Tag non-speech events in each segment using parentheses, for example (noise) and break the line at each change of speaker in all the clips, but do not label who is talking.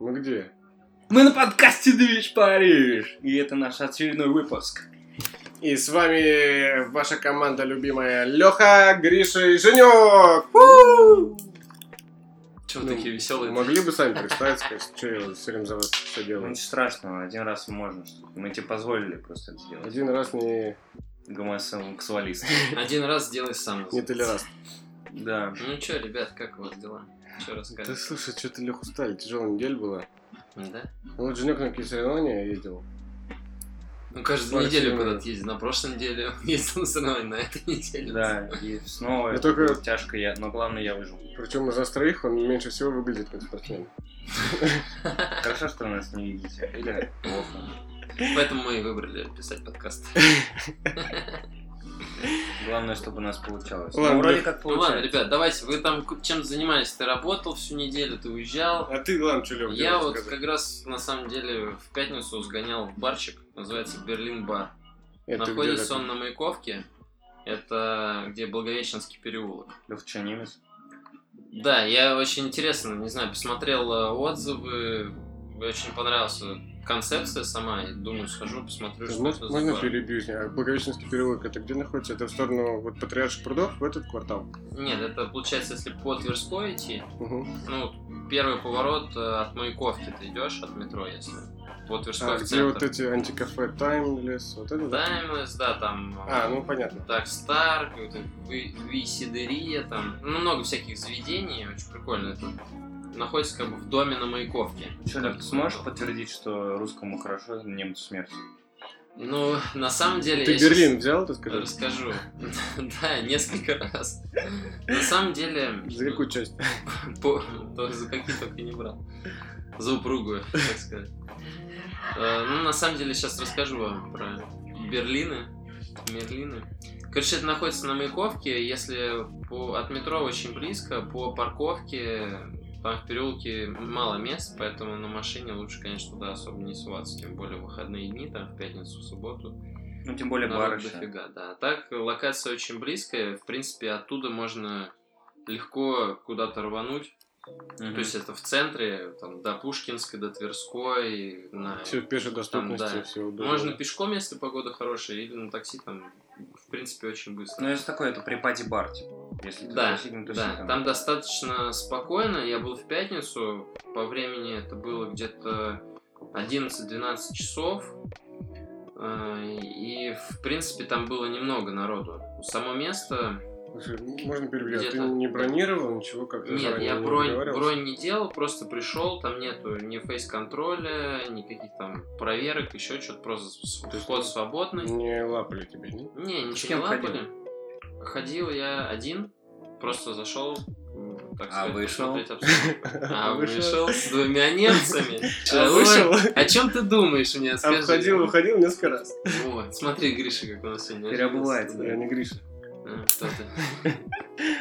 Э,
Мы на подкасте «Движ Париж», и это наш очередной выпуск.
И с вами ваша команда любимая Леха, Гриша и Женек. Фу!
Чего
Ну,
такие веселые?
(laughs) Могли бы сами представиться, конечно, что я все время за вас все
Ну,
делаю.
Ничего страшного, один раз можно. что-то. Мы тебе позволили просто это сделать.
Один раз не,
Гомосексуалист.
Один раз сделай сам.
не толерант.
Да.
Ну чё, ребят, как у вас дела? Чё
Да
рассказывать?
слушай, что-то Леха устали, тяжелая неделя была.
Да?
Ну вот Женек на какие соревнования ездил.
Ну, каждую
Максим,
неделю
э,
куда-то ездит. На прошлой неделе (laughs) он ездил на соревнования, на этой неделе.
Да, и снова
Я
это
только-
было тяжко, я... но главное, я выжил.
Причем из нас троих он меньше всего выглядит как спортсмен.
Хорошо, что вы нас не видите. Или плохо.
Поэтому мы и выбрали писать подкаст. Ну
Главное, чтобы у нас получалось.
Ладно,
ну, вроде
ребят.
как
Ну ладно,
получается.
ребят, давайте, вы там ку- чем занимались? Ты работал всю неделю, ты уезжал?
А ты, главное, что Леха
Я вот как раз, на самом деле, в пятницу сгонял в барчик, называется Берлин Бар. Находится он на Маяковке, это где Благовещенский переулок.
Лёх, чё, немец?
Да, я очень интересно, не знаю, посмотрел э, отзывы, очень понравилась концепция сама, и думаю, схожу, посмотрю, что это
Можно,
за
можно
бар.
перебью? А Благовещенский переулок, это где находится? Это в сторону вот Патриарших прудов, в этот квартал?
Нет, это получается, если по Тверской идти,
Угу.
ну, первый поворот э, от Маяковки ты идешь, от метро, если, по Тверской
А,
в
где вот
центр.
эти антикафе Таймлес, вот это? да?
Таймлесс, да, там... э,
А, ну понятно.
Так, Стар, какой-то Ви- Висидерия, там, ну, много всяких заведений, очень прикольно. Это находится как бы в доме на Маяковке.
Чё,
Как
Лёх, ты
бы.
сможешь подтвердить, что русскому хорошо, немцу смерть?
Ну, на самом деле...
Ты
я щас
Берлин взял, ты скажи?
Расскажу. (laughs) Да, несколько раз. На самом деле...
За какую часть?
по- то- За какие только не брал. За упругую, так сказать. Э, Ну, на самом деле, сейчас расскажу вам про Берлины. Берлины. Короче, это находится на Маяковке, если по- от метро очень близко, по парковке, там в переулке мало мест, поэтому на машине лучше, конечно, туда особо не суваться, тем более в выходные дни, там, в пятницу, в субботу.
Ну, тем более
Народу
бары ща.
дофига, да. А Так, локация очень близкая. В принципе, оттуда можно легко куда-то рвануть.
Мгм.
То есть это в центре, там, до Пушкинской, до Тверской. на-
Все в пешей доступности,
да.
все удобно.
Можно пешком, если погода хорошая, или на такси, там, в принципе, очень быстро.
Ну, это такое, это припати бар, типа. Если ты
Да,
тусик, ну, тусик,
да, там достаточно спокойно. Я был в пятницу, по времени это было где-то 11-12 часов. Э, И, в принципе, там было немного народу. Само место...
Слушай, можно перебью? А ты
Где-то.
не бронировал ничего как-то?
Нет,
заранее
я
не
бронь,
договаривался?
бронь не делал, просто пришел, там нету ни фейс-контроля, никаких там проверок, еще что-то, просто с-
То есть
вход
ты-
свободный.
Не лапали тебя, не?
Не, ничего
кем
не
ходил?
лапали. Ходил я один, просто зашел, м, так
А
сказать,
вышел?
(laughs)
посмотреть обстановку. А вышел с двумя немцами.
А вышел?
О чем ты думаешь мне? Скажи.
Обходил, уходил несколько раз.
Вот, смотри, Гриша, как у нас сегодня.
Переобувается,
оживился,
Я не Гриша.
да. А, что ты.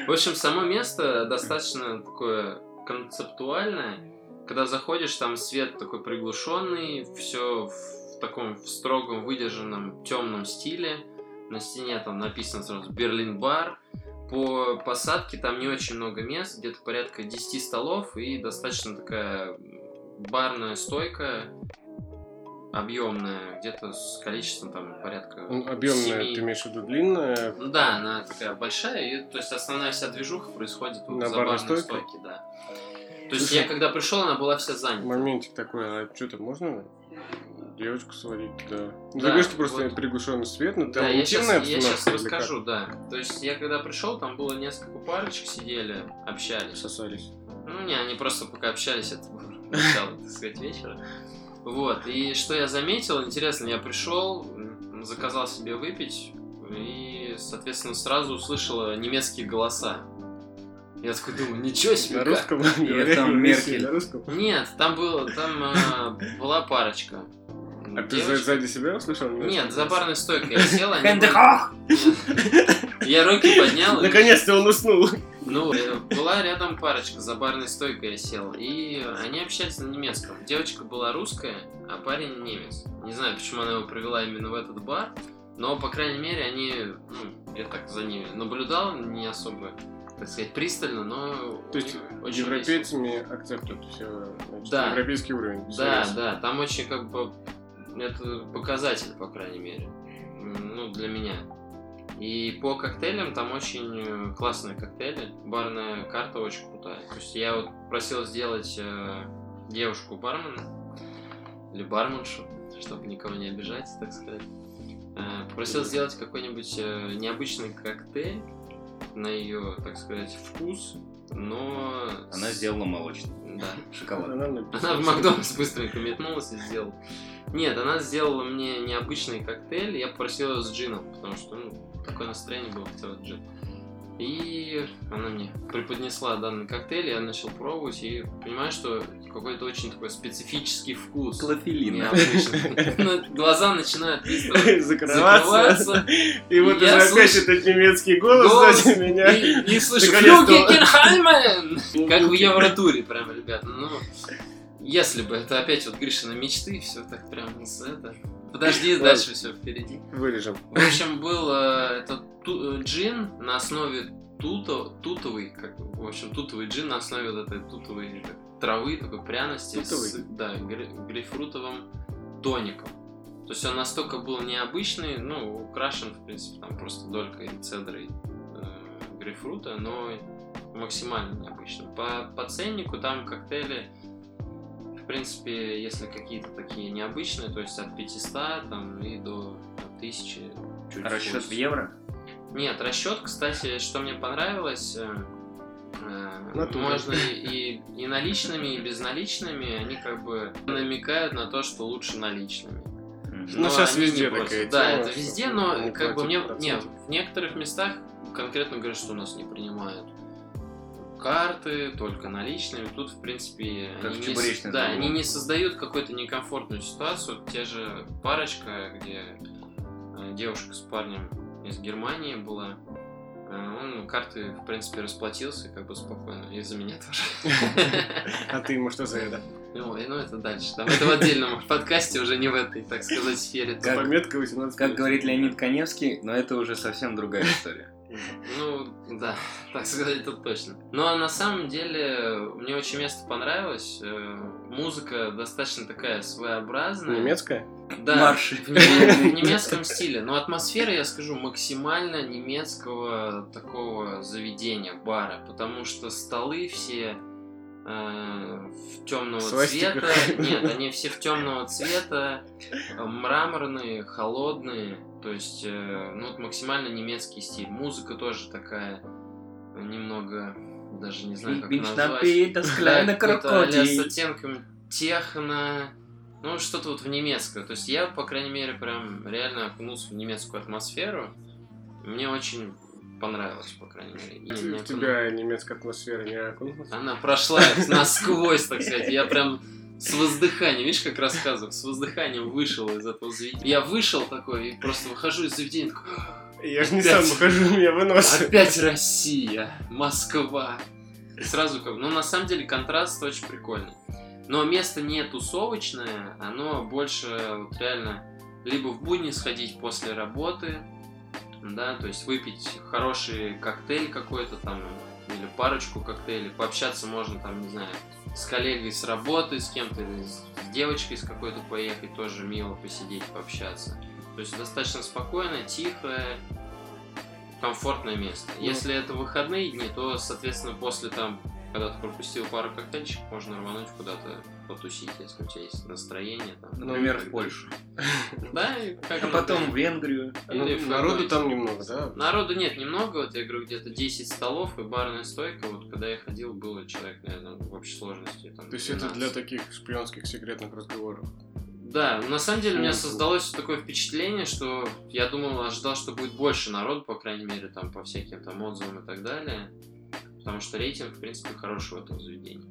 В общем, само место достаточно такое концептуальное. Когда заходишь, там свет такой приглушенный, все в таком в строгом, выдержанном, темном стиле. На стене там написано сразу Берлин бар. По посадке там не очень много мест, где-то порядка 10 столов и достаточно такая барная стойка объемная, где-то с количеством там порядка
Ну, Объемная,
семи-
ты имеешь в виду длинная?
ну да, она такая большая, и, то есть основная вся движуха происходит вот
На
за
барной
барной
стойке?
стойки, да. То есть
Слушай,
я когда пришел, она была вся занята.
Моментик такой, а что-то можно? Девочку сводить туда. Ну, ты
Да,
говоришь, что просто
вот.
приглушенный свет, но там
Да, я сейчас,
интимная
я сейчас
обстановка или как?
расскажу, да. То есть я когда пришел, там было несколько парочек сидели, общались.
Сосались.
Ну, не, они просто пока общались, это было начало, так сказать, вечера. Вот, и что я заметил, интересно, я пришел, м, заказал себе выпить, и, соответственно, сразу услышал немецкие голоса. Я такой думаю, ничего себе,
На
как?
русском?
это там Меркель.
На русском?
Нет, там было, там э, была парочка.
А ты за-
Девочек.
сзади себя услышал?
Нет, за барной стойкой я сел, они были-
Хэндехох!
Я руки поднял. и-
Наконец-то он уснул.
Ну, э, была рядом парочка, за барной стойкой я сел. И они общались на немецком. Девочка была русская, а парень немец. Не знаю, почему она его привела именно в этот бар, но, по крайней мере, они... ну, я так за ними наблюдал, не особо так сказать, пристально, но...
То есть
очень весело.
европейцами акцептуют все, значит,
Да.
европейский уровень. всё
Да,
есть.
да, там очень как бы это показатель, по крайней мере. М, Ну, для меня. И по коктейлям там очень э, классные коктейли. Барная карта очень крутая. То есть я вот просил сделать э, девушку бармена или барменшу, чтобы никого не обижать, так сказать. Э, попросил сделать какой-нибудь э, необычный коктейль на ее, так сказать, вкус, но...
Она сделала молочный.
Да.
Шоколад.
Она написала.
Она в Макдональдс быстренько метнулась и сделала. Нет, она сделала мне необычный коктейль. Я попросил ее с джином, потому что ну, такое настроение было, хотела джин. И она мне преподнесла данный коктейль, я начал пробовать и понимаю, что какой-то очень такой специфический вкус.
Клофелин.
Необычный. (laughs) Ну, Глаза начинают быстро
Закрываться.
закрываться.
И вот
И я
уже опять
слышу-
этот немецкий голос
Голос.
сзади меня.
И, и слышу
Наконец-то.
«Флюге Кирхальмен!» Как в Евротуре, прям, ребят. Ну, если бы это опять вот Гришина мечты, все так прям с это. Подожди,
Ладно.
дальше все впереди.
Вырежем.
В общем, был э, это ту- э, джин на основе туто, тутовый, как, в общем, тутовый джин на основе вот этой тутовой как, травы, такой пряности с
Тутовый?
да, гре- грейпфрутовым тоником. То есть он настолько был необычный, ну, украшен, в принципе, там просто долькой цедры и, э, грейпфрута, но максимально необычным. По, по ценнику там коктейли, в принципе, если какие-то такие необычные, то есть от 500 там, и до там, 1000. чуть
Расчет в
больше.
евро?
Нет, расчет, кстати, что мне понравилось, э, э,
Натура.
можно и, и наличными, и безналичными, они как бы намекают на то, что лучше наличными.
Мгм.
Ну,
Но
щас
они
везде
не против. Ну,
такая тема,
Да, это
что
везде,
не
но как
платят
бы мне...
процент.
Не, в некоторых местах конкретно говорят, что у нас не принимают карты, только наличными. Тут, в принципе,
Как
они,
в
не, с-
чебуречной
да,
завод.
они не создают какую-то некомфортную ситуацию. Те же парочка, где э, девушка с парнем из Германии была, э, он карты, в принципе, расплатился как бы спокойно. И за меня (laughs) тоже.
А ты ему что за это?
Ну, и- ну, это дальше. Там это в отдельном (laughs) подкасте, уже не в этой, так сказать, сфере.
Как-
Пометка 18.
Как говорит Леонид Коневский, но это уже совсем другая история.
Ну, да, (laughs) так сказать, это точно. Но на самом деле мне очень место понравилось. Э, Музыка достаточно такая своеобразная.
Немецкая?
(laughs) Да,
Марши.
В, неме- в
(laughs)
немецком стиле. Но атмосфера, я скажу, максимально немецкого такого заведения, бара. Потому что столы все э, в темного
Свастика.
цвета. Нет, они все в темного цвета, э, мраморные, холодные. То есть, э, ну, вот максимально немецкий стиль. Музыка тоже такая э, немного, даже не знаю, как назвать. Да, какой-то а-ля с оттенком техно, ну что-то вот в немецкое. То есть я, по крайней мере, прям реально окунулся в немецкую атмосферу. Мне очень понравилось, по крайней мере. И
Ты-
мне
У тебя немецкая атмосфера не окунулась?
понравилось. Она прошла насквозь, так сказать. Я прям с воздыханием, видишь, как рассказывал, с воздыханием вышел из этого заведения. Я вышел такой и просто выхожу из заведения, такой,
Я же не сам
Опять.
выхожу, у меня вынос.
Опять Россия, Москва. И Сразу как... Ну, на самом деле, контраст очень прикольный. Но место не тусовочное, оно больше вот реально либо в будни сходить после работы, да, то есть выпить хороший коктейль какой-то там, или парочку коктейлей, пообщаться можно там, не знаю, с коллегой с работы, с кем-то, или с с девочкой с какой-то поехать, тоже мило посидеть, пообщаться. То есть достаточно спокойно, тихое, комфортное место.
Ну.
Если это выходные дни, то, соответственно, после там, когда ты пропустил пару коктейльчиков, можно рвануть куда-то потусить, если у тебя есть настроение. Там,
Ну,
Например,
и так
в Польшу.
далее. Да, и как
А
иногда.
потом в Венгрию.
Или в
ну, Народу
какой-нибудь-
там немного, да?
Народу нет немного, вот я говорю, где-то 10 столов и барная стойка. Вот когда я ходил, было человек, наверное, в общей сложности. Там,
То есть это
12.
для таких шпионских секретных разговоров.
Да, на самом деле у меня
Мгм.
создалось такое впечатление, что я думал, ожидал, что будет больше народу, по крайней мере, там по всяким там отзывам и так далее. Потому что рейтинг, в принципе, хороший в этом заведении.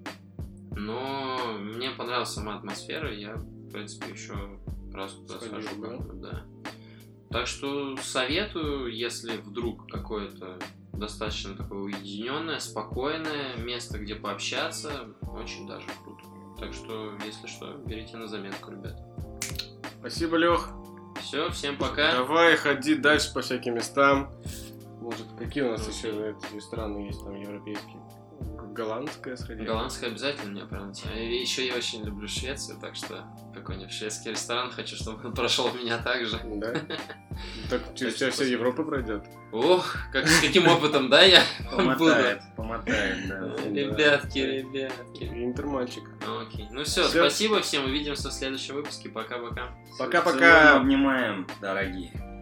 Но мне понравилась сама атмосфера, и я, в принципе, еще раз туда
Сходил,
схожу.
да?
как-нибудь, да. Так что советую, если вдруг какое-то достаточно такое уединенное, спокойное место, где пообщаться, очень даже круто. Так что, если что, берите на заметку, ребят.
Спасибо, Лех.
Все, всем пока.
Давай, ходи дальше по всяким местам. Может, какие у нас
Ну,
еще эти страны есть там европейские? Г- Голландская сходили?
Голландская обязательно меня прям тянет. И еще я очень люблю Швецию, так что какой-нибудь шведский ресторан хочу, чтобы он (laughs) прошел меня так же.
(laughs) Да? Так через
Хочу
тебя вся
посмотреть.
Европа пройдет.
Ох, как, с каким опытом, да, я буду?
Помотает, помотает, да.
Ребятки, ребятки.
Интермальчик.
Ну, Окей. Ну все,
Всё.
спасибо всем. Увидимся в следующем выпуске. Пока-пока.
Пока-пока.
Целуем, обнимаем, дорогие.